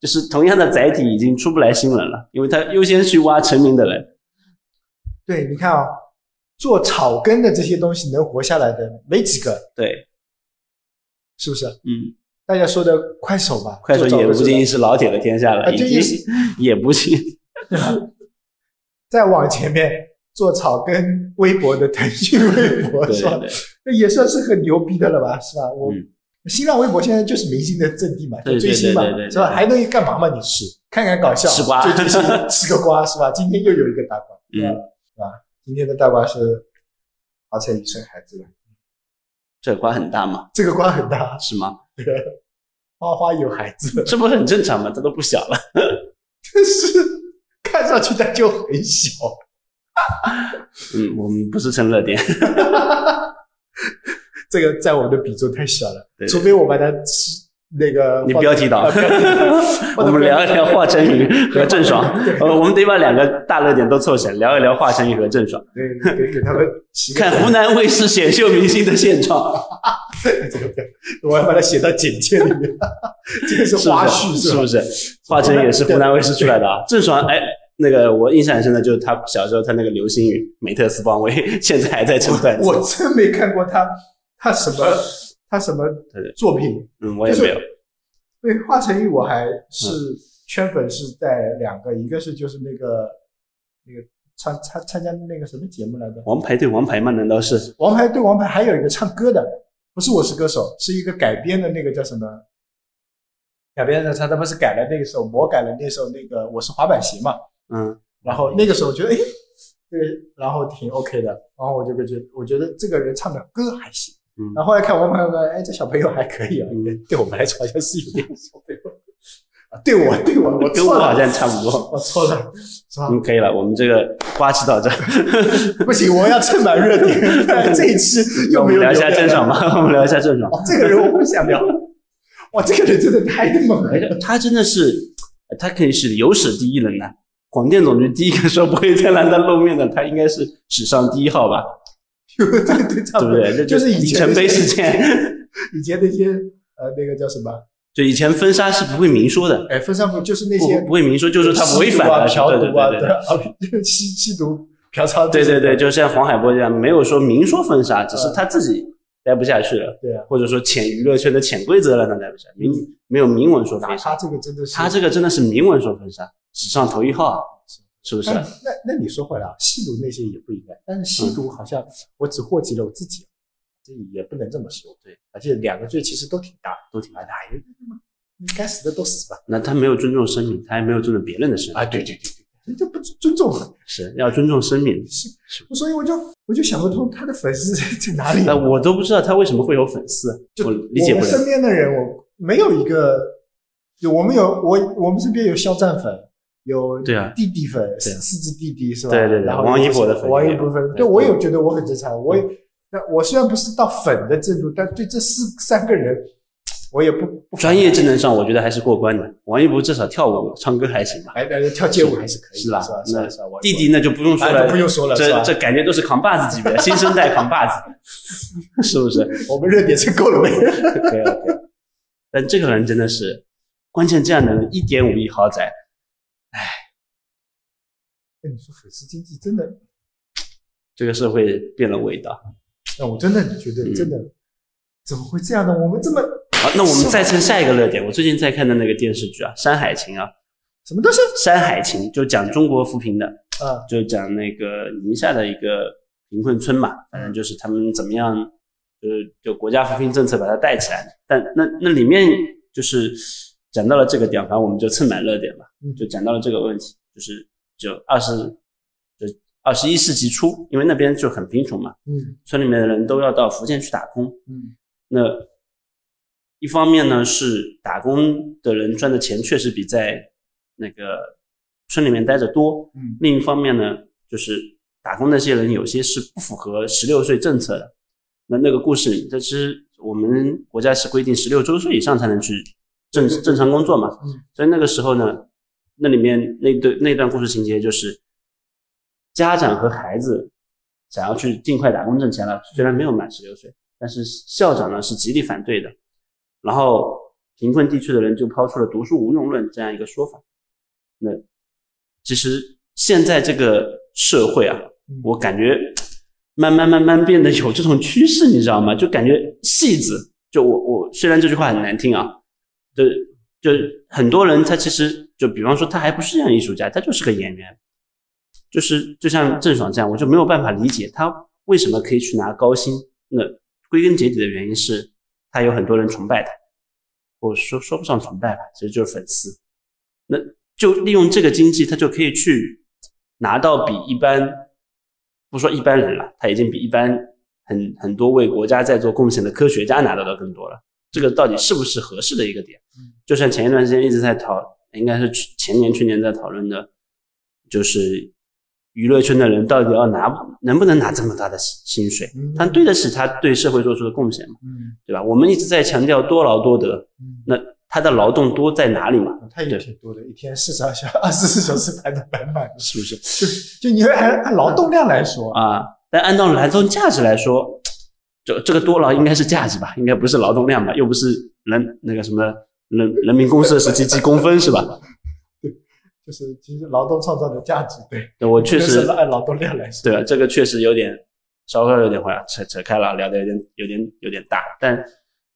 就是同样的载体已经出不来新闻了，因为他优先去挖成名的人，对，你看啊、做草根的这些东西能活下来的没几个，对，是不是？嗯，大家说的快手吧，快手做早也的不时候仅是老铁的天下啊了，已这经也也不行， 再往前面做草根微博的腾讯微博对是吧？对那也算是很牛逼的了吧，是吧？我、嗯新浪微博现在就是明星的阵地嘛，对就追星嘛对对对对，对是吧？还能干嘛嘛？你是看看搞笑，吃瓜追追星，吃个瓜是吧？今天又有一个大瓜，对对，吧嗯，是吧？今天的大瓜是华晨宇生孩子了，这瓜很大嘛，这个瓜很大，是吗？花花有孩子，这不很正常吗？这都不小了，但是看上去它就很小，嗯，我们不是蹭热点，这个在我们的比重太小了，对对除非我把它吃那个你放标题党啊标 题党我们聊一聊华晨宇和郑爽， 呃，我们得把两个大热点都凑齐，聊一聊华晨宇和郑爽，对，给给给他们起个看湖南卫视选秀明星的现状。 这个 我要把它写到简介里 面。这个是是花不絮是？是吧不？是？华晨也是湖南卫视出来的啊。郑爽，哎，那个我印象很深的就是他小时候他那个流星雨美特斯邦威， 现在还在成段子。我真没看过他他什么他什么对对作品。嗯，我也没有。对华晨宇，我还是圈粉是在两个，一个是就是那个那个参参参加那个什么节目来着？王牌对王牌吗？难道是？王牌对王牌，还有一个唱歌的，不是我是歌手，是一个改编的那个叫什么？改编的他他不是改了那个时候魔改了那时候那个我是滑板鞋嘛？嗯，然后那个时候觉得，哎，这个然后挺 OK 的，然后我就会觉得，我觉得这个人唱的歌还行。嗯然后后来看我朋友们，哎，这小朋友还可以啊，嗯对我们来说好像是有点小朋友啊，对我对我我跟错我了，好像差不多。我错了，是吧？嗯，可以了，我们这个瓜吃到这儿，不行，我要蹭满热 点，不然这一期那又 我没们有聊一下流量郑了爽？吧。我们聊一下郑爽。哦，这个人我不想聊。哇，这个人真的太猛了哎，他真的是，他可以是有史第一人呐、广电总局第一个说不会再让他露面的，他应该是史上第一号吧，对对，差对不多不对？这就是以里前程那些碑事件， 以前那些呃那个叫什么？就以前封杀是不会明说的，哎，分散部就是那不些不会明说，就是他违反了，吸毒啊嫖对对赌啊，对对啊，吸 吸毒、嫖娼这对些，对对，就像黄海波这样，没有说明说封杀，嗯只是他自己待不下去了，对啊，或者说潜娱乐圈的潜规则让他待不下，嗯明没有明文说哪封怕杀，这个真的是他这个真的是明文说封杀，史上头一号啊，是不是那？那那你说回来啊，吸毒那些也不应该，但是吸毒好嗯像我只祸及了我自己，啊这也不能这么说。对，而且两个罪其实都挺大，都挺啊，哎呀，该死的都死吧。那他没有尊重生命，他也没有尊重别人的生命，啊，对对对对，这不尊重了。是要尊重生命。所以我就我就想不通他的粉丝在在哪里。那我都不知道他为什么会有粉丝，就我理解我不们了身。边的人，我没有一个，就我们有我我们身边有肖战粉，有对啊弟弟粉，对啊四四只弟弟是吧？对对对然后王一博的有粉王也一博粉，对嗯对我有觉得我很正常，我也那我虽然不是到粉的程度，但对这四三个人，我也不不专业技能上，我觉得还是过关的。王一博至少跳舞、唱歌还行吧。哎，哎跳街舞还是可以是吧是吧？那是吧？是吧王一弟博弟那就不用说哎了，都不用说了，是吧这？这感觉都是扛把子级别，新生代扛把子，是不是？我们热点是够了 没？哎 OK OK。但这个人真的是，关键这样的人一点五亿豪宅，哎你说粉丝经济真的，这个社会变了味道。那我真的觉得嗯真的怎么会这样呢？我们这么好，那我们再看下一个热点。我最近在看的那个电视剧啊，《山海情》啊，什么都是《山海情》就讲中国扶贫的，啊，就讲那个宁夏的一个贫困村嘛，反正就是他们怎么样，呃，就国家扶贫政策把它带起来。但那那里面就是讲到了这个点，反正我们就蹭满热点吧，嗯就讲到了这个问题，就是就二十就二十一世纪初，因为那边就很贫穷嘛，嗯村里面的人都要到福建去打工。嗯那一方面呢是打工的人赚的钱确实比在那个村里面待着多，嗯另一方面呢，就是打工那些人有些是不符合十六岁政策的。那那个故事里，这其实我们国家是规定十六周岁以上才能去正正常工作嘛。嗯所以那个时候呢，那里面那对那段故事情节就是家长和孩子想要去尽快打工挣钱了，虽然没有满十六岁，但是校长呢是极力反对的。然后贫困地区的人就抛出了“读书无用论”这样一个说法。那其实现在这个社会啊，嗯我感觉慢慢慢慢变得有这种趋势，你知道吗？就感觉戏子，就我我虽然这句话很难听啊，就就很多人他其实就比方说他还不是这样艺术家，他就是个演员，就是就像郑爽这样，我就没有办法理解他为什么可以去拿高薪。那归根结底的原因是，他有很多人崇拜他，我说说不上崇拜吧，其实就是粉丝。那就利用这个经济，他就可以去拿到比一般，不说一般人了，他已经比一般很很多为国家在做贡献的科学家拿到的更多了。这个到底是不是合适的一个点嗯？就像前一段时间一直在讨，应该是去前年去年在讨论的，就是娱乐圈的人到底要拿能不能拿这么大的薪薪水嗯？他对得起他对社会做出的贡献吗？嗯对吧？我们一直在强调多劳多得，嗯，那他的劳动多在哪里嘛？他也对挺多的，一天四十二小二十四小时排的满满的。是不是？就你按按劳动量来说，啊，但按照劳动价值来说，这这个多劳应该是价值吧，应该不是劳动量吧，又不是人那个什么人人民公社时期计工分是吧？就是其实劳动创造的价值，对，对我确就是实按劳动量来说，对啊吧？这个确实有点稍微有点话扯扯开了，聊的有点有点有点大，但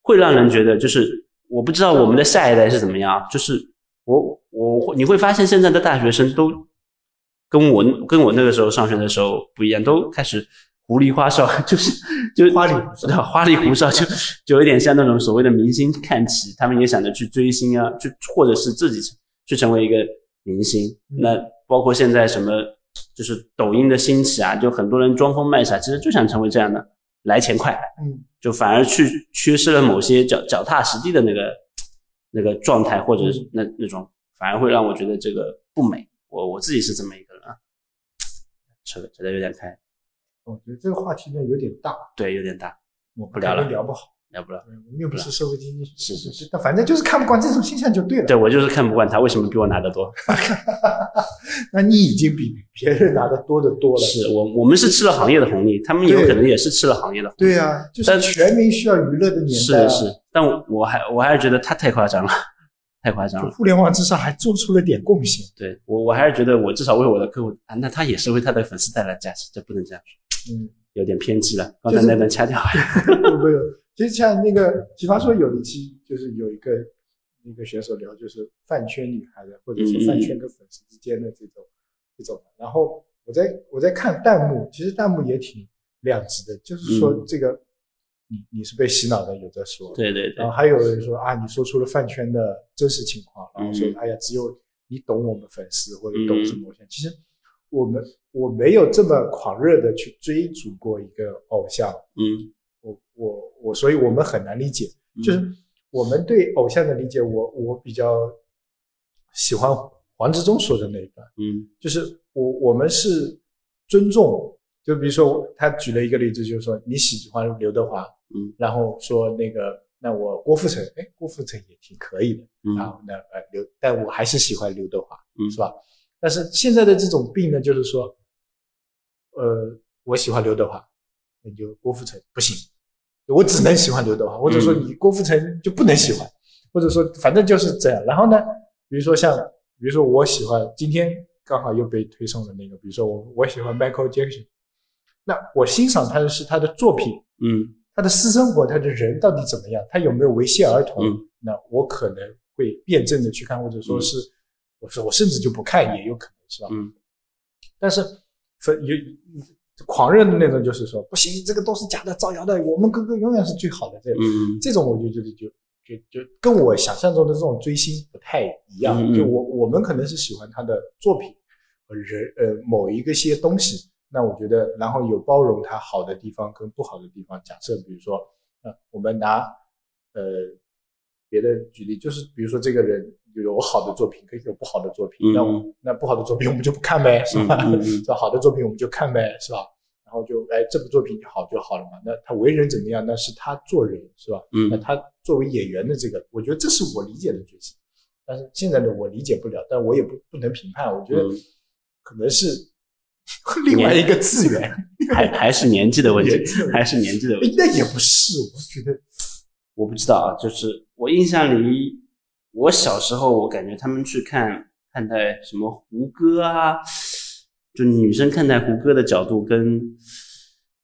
会让人觉得就是我不知道我们的下一代是怎么样啊，就是我我你会发现现在的大学生都跟我跟我那个时候上学的时候不一样，都开始狐狸花哨，就是就花里胡哨对啊花里胡哨就就有点像那种所谓的明星看齐，他们也想着去追星啊，就或者是自己去成为一个明星。嗯那包括现在什么就是抖音的兴起啊，就很多人装疯卖傻，其实就想成为这样的，来钱快。嗯就反而去缺失了某些脚脚踏实地的那个那个状态，或者是那那种，反而会让我觉得这个不美。我我自己是这么一个人啊，扯得扯得有点开，我觉得这个话题呢有点大，对，有点大，我们不聊了可能聊不好，聊不了。对我们又不是社会经济学，是是是，但反正就是看不惯这种现象就对了。对我就是看不惯他为什么比我拿得多。那你已经比别人拿的多得多了。是我我们是吃了行业的红利，他们有对可能也是吃了行业的红利。对呀、就但是全民需要娱乐的年是代、啊，的是，但我我还我还是觉得他太夸张了，太夸张了。互联网之上还做出了点贡献。对我我还是觉得我至少为我的客户啊，那他也是为他的粉丝带来价值，这不能这样说，嗯，有点偏激了。刚就才是那段掐掉。 不不，其实像那个奇葩说有一期，就是有一个嗯那个选手聊，就是饭圈女孩的，或者是饭圈跟粉丝之间的这种这这种。然后我在我在看弹幕，其实弹幕也挺两极的，就是说嗯这个、你你是被洗脑的，有在说，对对对然后，还有人说啊，你说出了饭圈的真实情况，然后说、嗯哎呀，只有你懂我们粉丝或者懂什么偶像。其实我们我没有这么狂热的去追逐过一个偶像，嗯，我我我，所以我们很难理解，就是我们对偶像的理解，我我比较喜欢黄执中说的那一段，嗯就是我我们是尊重，就比如说他举了一个例子，就是说你喜欢刘德华，嗯，然后说那个那我郭富城，哎，郭富城也挺可以的，嗯然后那呃刘，但我还是喜欢刘德华，嗯是吧？但是现在的这种病呢，就是说，呃，我喜欢刘德华，那你就郭富城不行，我只能喜欢刘德华，或者说嗯你郭富城就不能喜欢，或者说反正就是这样。然后呢，比如说像，比如说我喜欢今天刚好又被推送的那个，比如说我我喜欢 Michael Jackson，那我欣赏他的是他的作品，嗯他的私生活，他的人到底怎么样，他有没有猥亵儿童，嗯那我可能会辩证的去看，或者说是，我说我甚至就不看也有可能是吧？嗯但是粉有狂热的那种，就是说不行，这个都是假的，造谣的，我们哥哥永远是最好的，这、嗯这种我就觉得就就就跟我想象中的这种追星不太一样，嗯嗯就我我们可能是喜欢他的作品和人呃某一个些东西，那我觉得然后有包容他好的地方跟不好的地方。假设比如说，呃，我们拿呃别的举例，就是比如说这个人有好的作品，可以有不好的作品，嗯那我那不好的作品我们就不看呗，是吧？嗯嗯嗯这好的作品我 们就看呗，是吧？然后就哎，这部作品好就好了嘛。那他为人怎么样，那是他做人是吧？那嗯他作为演员的这个，我觉得这是我理解的追星，但是现在的我理解不了，但我也不不能评判，我觉得嗯可能是 另外一个次元，还还是年纪的问题年纪的问，题还是年纪的问题。那也不是，我觉得我不知道啊，就是我印象里，我小时候我感觉他们去看看待什么胡歌啊，就女生看待胡歌的角度跟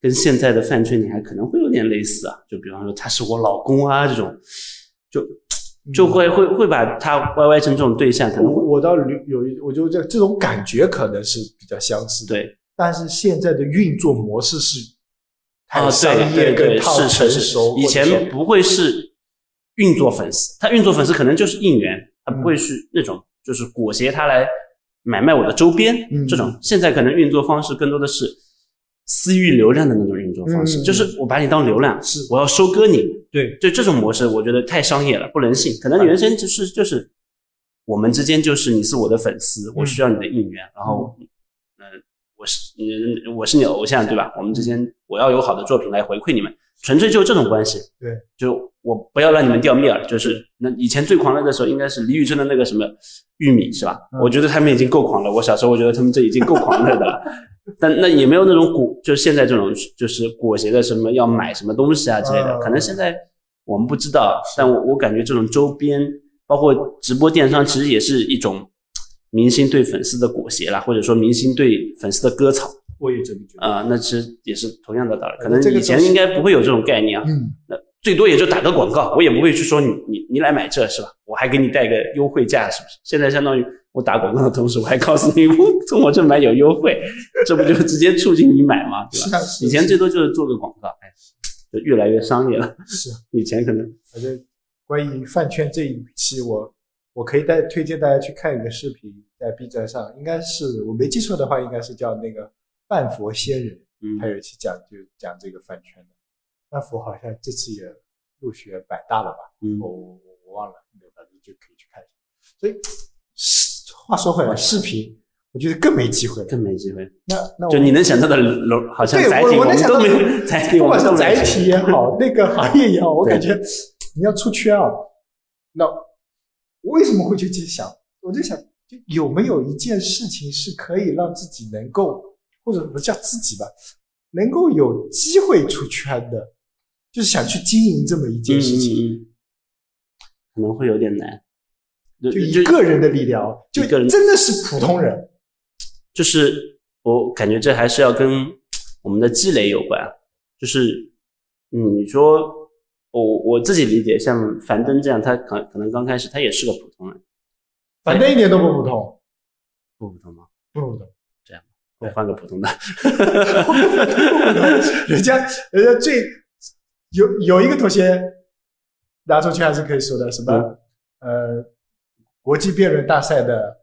跟现在的饭圈女孩可能会有点类似啊，就比方说他是我老公啊这种，就就会会会把他歪歪成这种对象，可能嗯我会我倒有有一，我就这这种感觉可能是比较相似的，对但是现在的运作模式是啊太商业对对跟对套是成是熟，是，或以者前说不会是运作粉丝，他运作粉丝可能就是应嗯援，他不会是那种就是裹挟他来买卖我的周边、嗯这种。现在可能运作方式更多的是私域流量的那种运作方式，嗯就是我把你当流量，是我要收割你，对就这种模式，我觉得太商业了，不人性。可能原先就是就是我们之间就是你是我的粉丝，我需要你的应援，然后呃我是嗯我是你的偶像对吧？我们之间我要有好的作品来回馈你们，纯粹就这种关系。对，就我不要让你们掉面儿。就是那以前最狂热的时候，应该是李宇春的那个什么玉米是吧？嗯我觉得他们已经够狂了。我小时候我觉得他们这已经够狂热的了。但那也没有那种裹，就是现在这种就是裹挟的什么要买什么东西啊之类的，嗯可能现在我们不知道，但我我感觉这种周边，包括直播电商，其实也是一种明星对粉丝的裹挟啦，或者说明星对粉丝的割草我也这么觉得，啊、那其实也是同样的道理。可呃能这个以前东西应该不会有这种概念啊，嗯，最多也就打个广告，我也不会去说你你你来买这是吧？我还给你带个优惠价是不是？现在相当于我打广告的同时，我还告诉你我从我这买有优惠，这不就直接促进你买吗？对吧？是啊，是啊以前最多就是做个广告，哎，就越来越商业了。是啊。以前可能反正关于饭圈这一期我，我可以带推荐大家去看一个视频，在 B 站上，应该是我没记错的话，应该是叫那个半佛仙人，嗯他有一期讲就讲这个饭圈的。半佛好像这次也入选百大了吧？嗯我我我忘了，反正就可以去看一下。所以，是话说回来，视频我觉得更没机会了。更没机会。那那我就你能想到的楼，好像哦对载我体我能们想都到没 的 载体，不哎我管是们都没载有嗯体也好， 那个行业也好，我对感觉你要出圈啊。那我为什么会去去想？我在想，就有没有一件事情是可以让自己能够，或者不叫自己吧，能够有机会出圈的，就是想去经营这么一嗯件事情，嗯嗯可能会有点难。就就一个人的力量，就一嗯个人真的是普通人。就是我感觉这还是要跟我们的积累有关。啊就是嗯你说我我自己理解，像樊登这样，他可可能刚开始他也是个普通人，反正一点都不普通，不普通吗？不普通。我换个普通的， 人家人家最有有一个头衔拿出去还是可以说的，什么、嗯呃国际辩论大赛的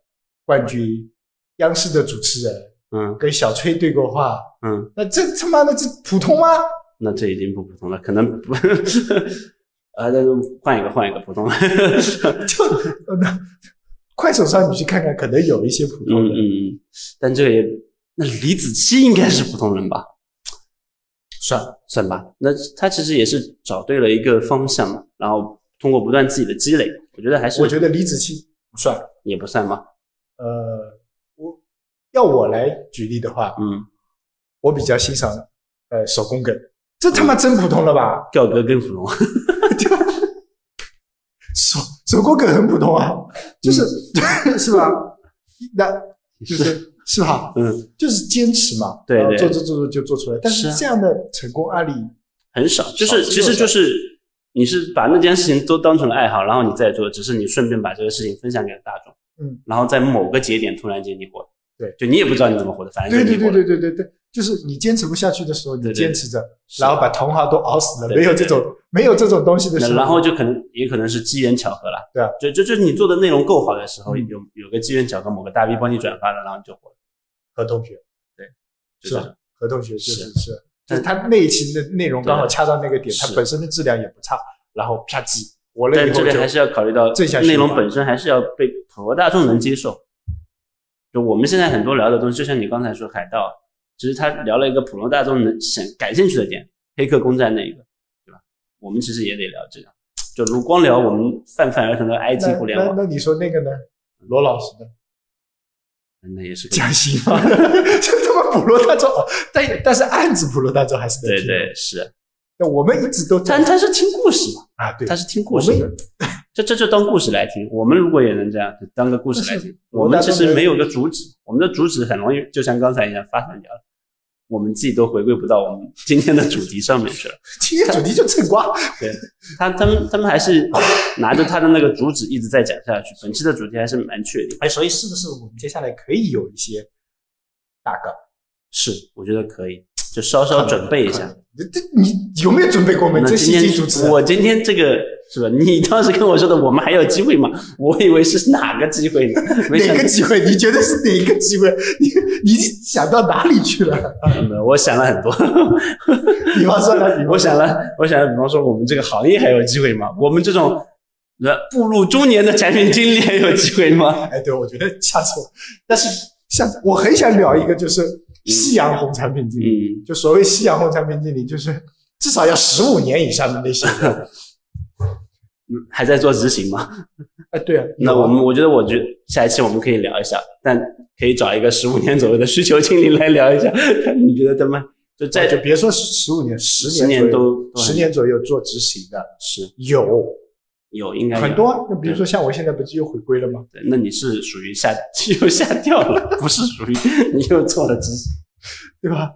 冠军，央视的主持人，嗯跟小崔对过话，嗯，那这他妈的这普通吗？ 那这已经不普通了，可能不， 呃，那就换一个换一个普通的，就呃那快手上你去看看，可能有一些普 嗯通的，嗯嗯，但这个也，那李子柒应该是普通人吧？算了，算吧。那他其实也是找对了一个方向嘛，然后通过不断自己的积累，我觉得还是我觉得李子柒不算，也不算嘛。呃，我要我来举例的话，嗯，我比较欣赏呃手工梗，这他妈真普通了吧？吊哥跟芙 蓉，手手工梗很普通啊，嗯就是、 是吧？那就是是吧？嗯，就是坚持嘛，对然后对做做做做就做出来。但是是啊这样的成功案例，很少，就少是之其又实少就是你是把那件事情都当成爱好，然后你再做，只是你顺便把这个事情分享给了大众。嗯，然后在某个节点突然间你火了，对，就你也不知道你怎么火的，反正对对就你火对了。对对对对，就是你坚持不下去的时候，对你对坚持着，是然后把同行都熬死了，对对没有这种没有这种东西的时那候，然后就可能也可能是机缘巧合了，对啊，就就就是你做的内容够好的时候，嗯有有个机缘巧合，某个大 V 帮你转发了，然后你就火了，何同学就是这吧种？何同学就是是，就但是他那一期的内容刚好恰到那个点，是它本身的质量也不差，然后啪叽，我了以但后这里就还是要考虑到正向循环内容本身还是要被普罗大众能接受。就我们现在很多聊的东西，就像你刚才说海盗，其实他聊了一个普罗大众能想感兴趣的点，黑客攻占那一个，对吧？我们其实也得聊这个，就如光聊我们泛泛而谈的 IT 互联那那网，那你说那个呢？罗老师呢？那也是个讲心 吗？这他妈普罗大众，哦但但是暗指普罗大众还是能对听。对是，那我们一直都在但他是听故事嘛，啊，对他，是听故事我的，这这就当故事来听。我们如果也能这样，就当个故事来但听。普罗我们大其众实的没有个主旨，我们的主旨很容易就像刚才一样发散掉了，我们自己都回归不到我们今天的主题上面去了。今天主题就蹭瓜。他他们他们还是拿着他的那个主旨一直在讲下去。本期的主题还是蛮确定，哎，所以是不是我们接下来可以有一些大纲？是我觉得可以，就稍稍准备一下。这这你有没有准备过我们那这今戏天剧主持人？我今天这个是吧？你当时跟我说的，我们还有机会吗？我以为是哪个机会呢？没想哪到个机会？你觉得是哪个机会？你你想到哪里去了？嗯我想了很多。比方说呢，比方说 我想了，我想了，比方说我们这个行业还有机会吗？我们这种呃步入中年的产品经理还有机会吗？哎，对，我觉得下次我，但是像我很想聊一个，就是夕阳红产品经理，嗯，就所谓夕阳红产品经理，就是至少要十五年以上的那些人。还在做执行吗？哎，对啊，那有啊我们我觉得，我觉得下一期我们可以聊一下，但可以找一个十五年左右的需求经理来聊一下。 你觉得他们就在就别说十五年，十十年左右都都十年左右做执行的是有有应该有很多啊。那比如说像我现在不是又回归了吗？对那你是属于下 又下掉了，不是属于 你又做了执行。对吧？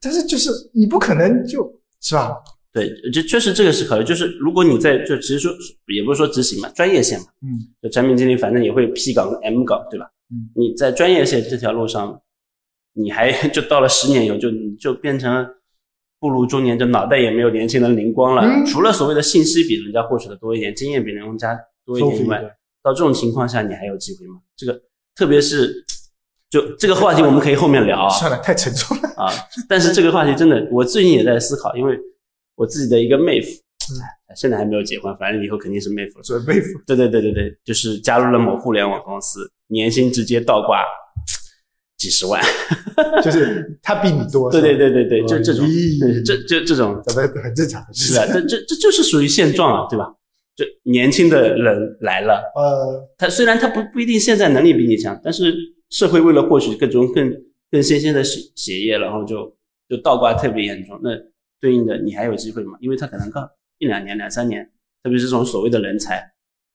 但是就是你不可能就是吧？对，这确实这个是考虑，就是如果你在就其实说也不是说执行嘛，专业线嘛，嗯，就产品经理反正也会 P 岗 M 岗，对吧？嗯，你在专业线这条路上，你还 就到了十年以后，就你就变成了步入中年，就脑袋也没有年轻人灵光了。嗯除了所谓的信息比人家获取的多一点，经验比人家多一丰富点一以外，点。到这种情况下，你还有机会吗？这个特别是就这个话题，我们可以后面聊啊。算了，太沉重了。啊，但是这个话题真的，我最近也在思考，因为我自己的一个妹夫，唉现在还没有结婚，反正以后肯定是妹夫了。准备付对对对对对，就是加入了某互联网公司，年薪直接倒挂几十万。就是他比你多。对对是吧，对对对，就这种，咦这这这种，咱们很正常的事是情啊，。这这这就是属于现状啊，对吧？就年轻的人来了，呃，他虽然他不不一定现在能力比你强，但是社会为了获取各种更更新鲜的血血液，然后就就倒挂特别严重。那对应的你还有机会吗？因为他可能刚一两年、两三年，特别是这种所谓的人才，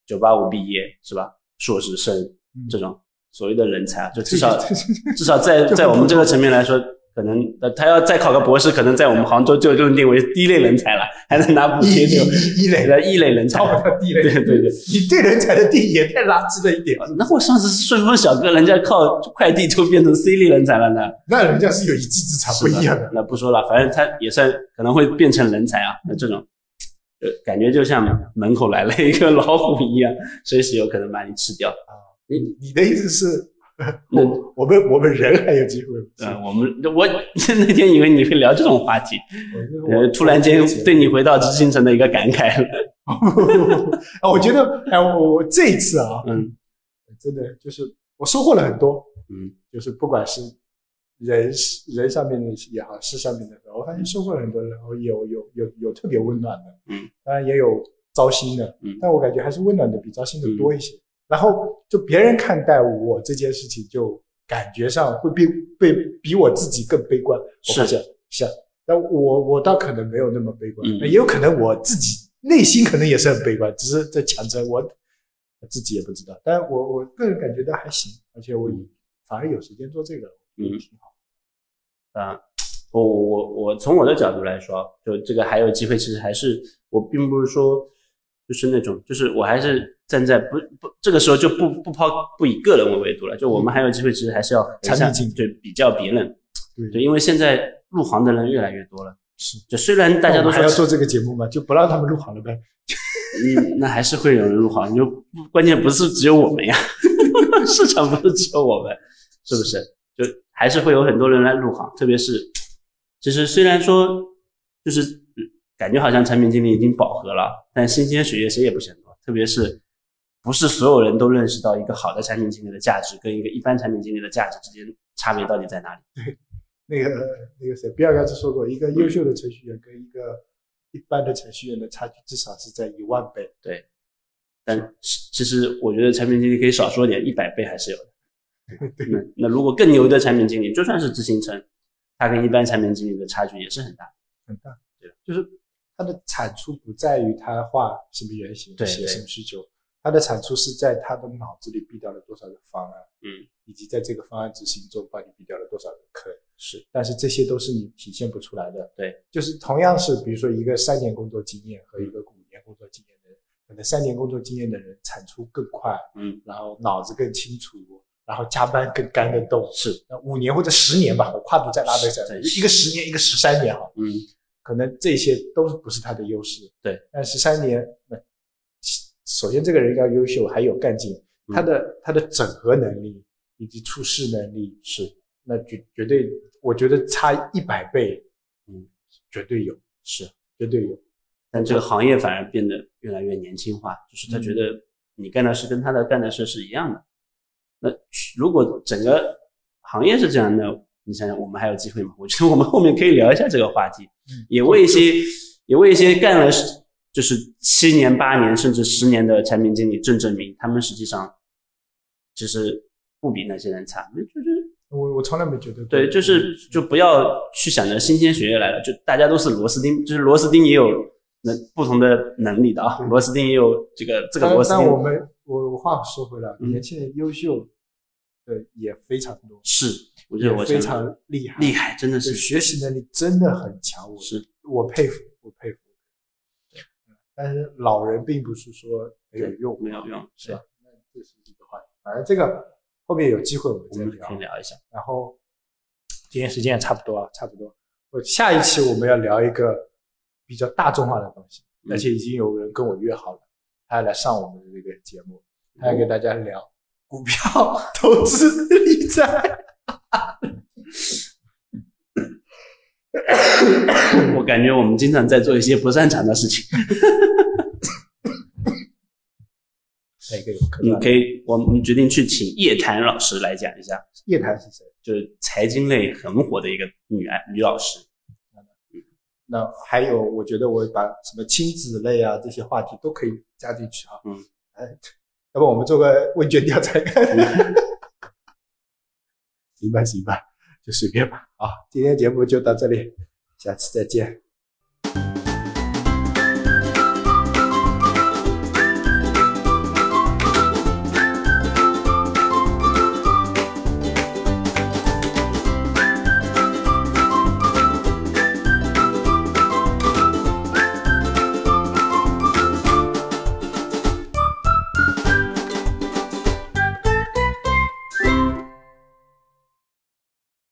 九八五毕业是吧？硕士生嗯这种所谓的人才啊，就至少这这这至少在就很在我们这个层面来说，可能呃他要再考个博士，可能在我们杭州就认定为一类人才了，还能拿补一贴就一一类，呃一类人才超。不哦了地类。对对对，你对人才的定义也太垃圾了一点。那我上次顺丰小哥，人家靠快递就变成 C 类人才了呢。那人家是有一技之长，不一样的。那不说了，反正他也算可能会变成人才啊。那这种，呃，感觉就像门口来了一个老虎一样，随时有可能把你吃掉。你的意思是，那我我们我们人还有机会？嗯，我们我那天以为你会聊这种话题，我呃，突然间对你回到知青城的一个感慨了。啊，我觉得 哎，我我这一次啊，嗯真的就是我收获了很多，嗯，就是不管是人人上面的也好，事上面的，我发现收获了很多，然后有有有有特别温暖的，嗯，当然也有糟心的，嗯但我感觉还是温暖的比糟心的多一些。然后就别人看待我这件事情，就感觉上会比被比我自己更悲观。我是发现是啊，但我我倒可能没有那么悲观，嗯那也有可能我自己内心可能也是很悲观，只是在强撑我自己也不知道。但我我个人感觉到还行，而且我嗯反而有时间做这个，我嗯觉得挺好。啊，我我我从我的角度来说，啊就这个还有机会，其实还是我并不是说就是那种，就是我还是站在不不这个时候就不不抛不以个人为维度了，就我嗯们还有机会，其实还是要产品向竞争对比较别人，对对，因为现在入行的人越来越多了，是就虽然大家哦那都我们还要说做这个节目嘛，就不让他们录好了呗。嗯，那还是会有人入行，就不关键不是只有我们呀， 市场不是只有我们，是不是？就还是会有很多人来入行，特别是，其实虽然说就是嗯感觉好像产品经理已经饱和了，但新鲜血液谁也不嫌多，特别是不是所有人都认识到一个好的产品经理的价值跟一个一般产品经理的价值之间差别到底在哪里？那个那个谁，比尔盖茨说过，一个优秀的程序员跟一个一般的程序员的差距至少是在一万倍。但是其实我觉得产品经理可以少说点，一百倍 还是有的。那那如果更牛的产品经理，就算是执行层，他跟一般产品经理的差距也是很大。很大，对，就是它的产出不在于他画什么原型、对写对什么需求，它的产出是在他的脑子里避掉了多少个方案，嗯，以及在这个方案执行中帮你避掉了多少个坑。是，但是这些都是你体现不出来的。对，就是同样是比如说一个三年工作经验和一个五年工作经验的人，可能三年工作经验的人产出更快，嗯，然后脑子更清楚，然后加班更干得动。是，那五年或者十年吧，我跨度再拉得对一个十年，一个十三年哈。啊嗯，可能这些都是不是他的优势。对，但十三年，那首先这个人要优秀，还有干劲，嗯他的、他的整合能力以及处事能力是，那绝绝对，我觉得差一百倍，嗯，绝对有，是。绝对有。但这个行业反而变得越来越年轻化，就是嗯他觉得你干的事跟他的干的事是一样的。那如果整个行业是这样的，你想想我们还有机会吗？我觉得我们后面可以聊一下这个话题，嗯也为一些也为一些干了十就是七年、八年甚至十年的产品经理正证明，他们实际上其实不比那些人差，就是我我从来没觉得过对，嗯就是就不要去想着新鲜血液来了，就大家都是螺丝钉，就是螺丝钉也有能不同的能力的啊，对螺丝钉也有这个这个但螺丝但钉我们我我话说回来，嗯年轻人优秀的也非常多，是，我觉也得我非想常厉害，厉害，真的对是学习能力真的很强，我是我佩服，我佩服。但是老人并不是说没有用，没有用，是是吧吧？？那这是一个话题，反正这个后面有机会我们我再们聊可以。聊一下，然后今天时间也差不多啊，差不多。我下一期我们要聊一个比较大众化的东西，嗯而且已经有人跟我约好了，他要来上我们的这个节目，嗯他要给大家聊股票 投资理财。我感觉我们经常在做一些不擅长的 事情，哪个有可嗯，能？可以，我们决定去请叶檀老师来讲一下，夜谈是谁？就是财经类很火的一个女爱女老师，那还有，我觉得我把什么亲子类啊这些话题都可以加进去啊。嗯，哎，要不我们做个问卷调查看看？ 行吧，行吧，就随便吧啊！今天节目就到这里，下次再见。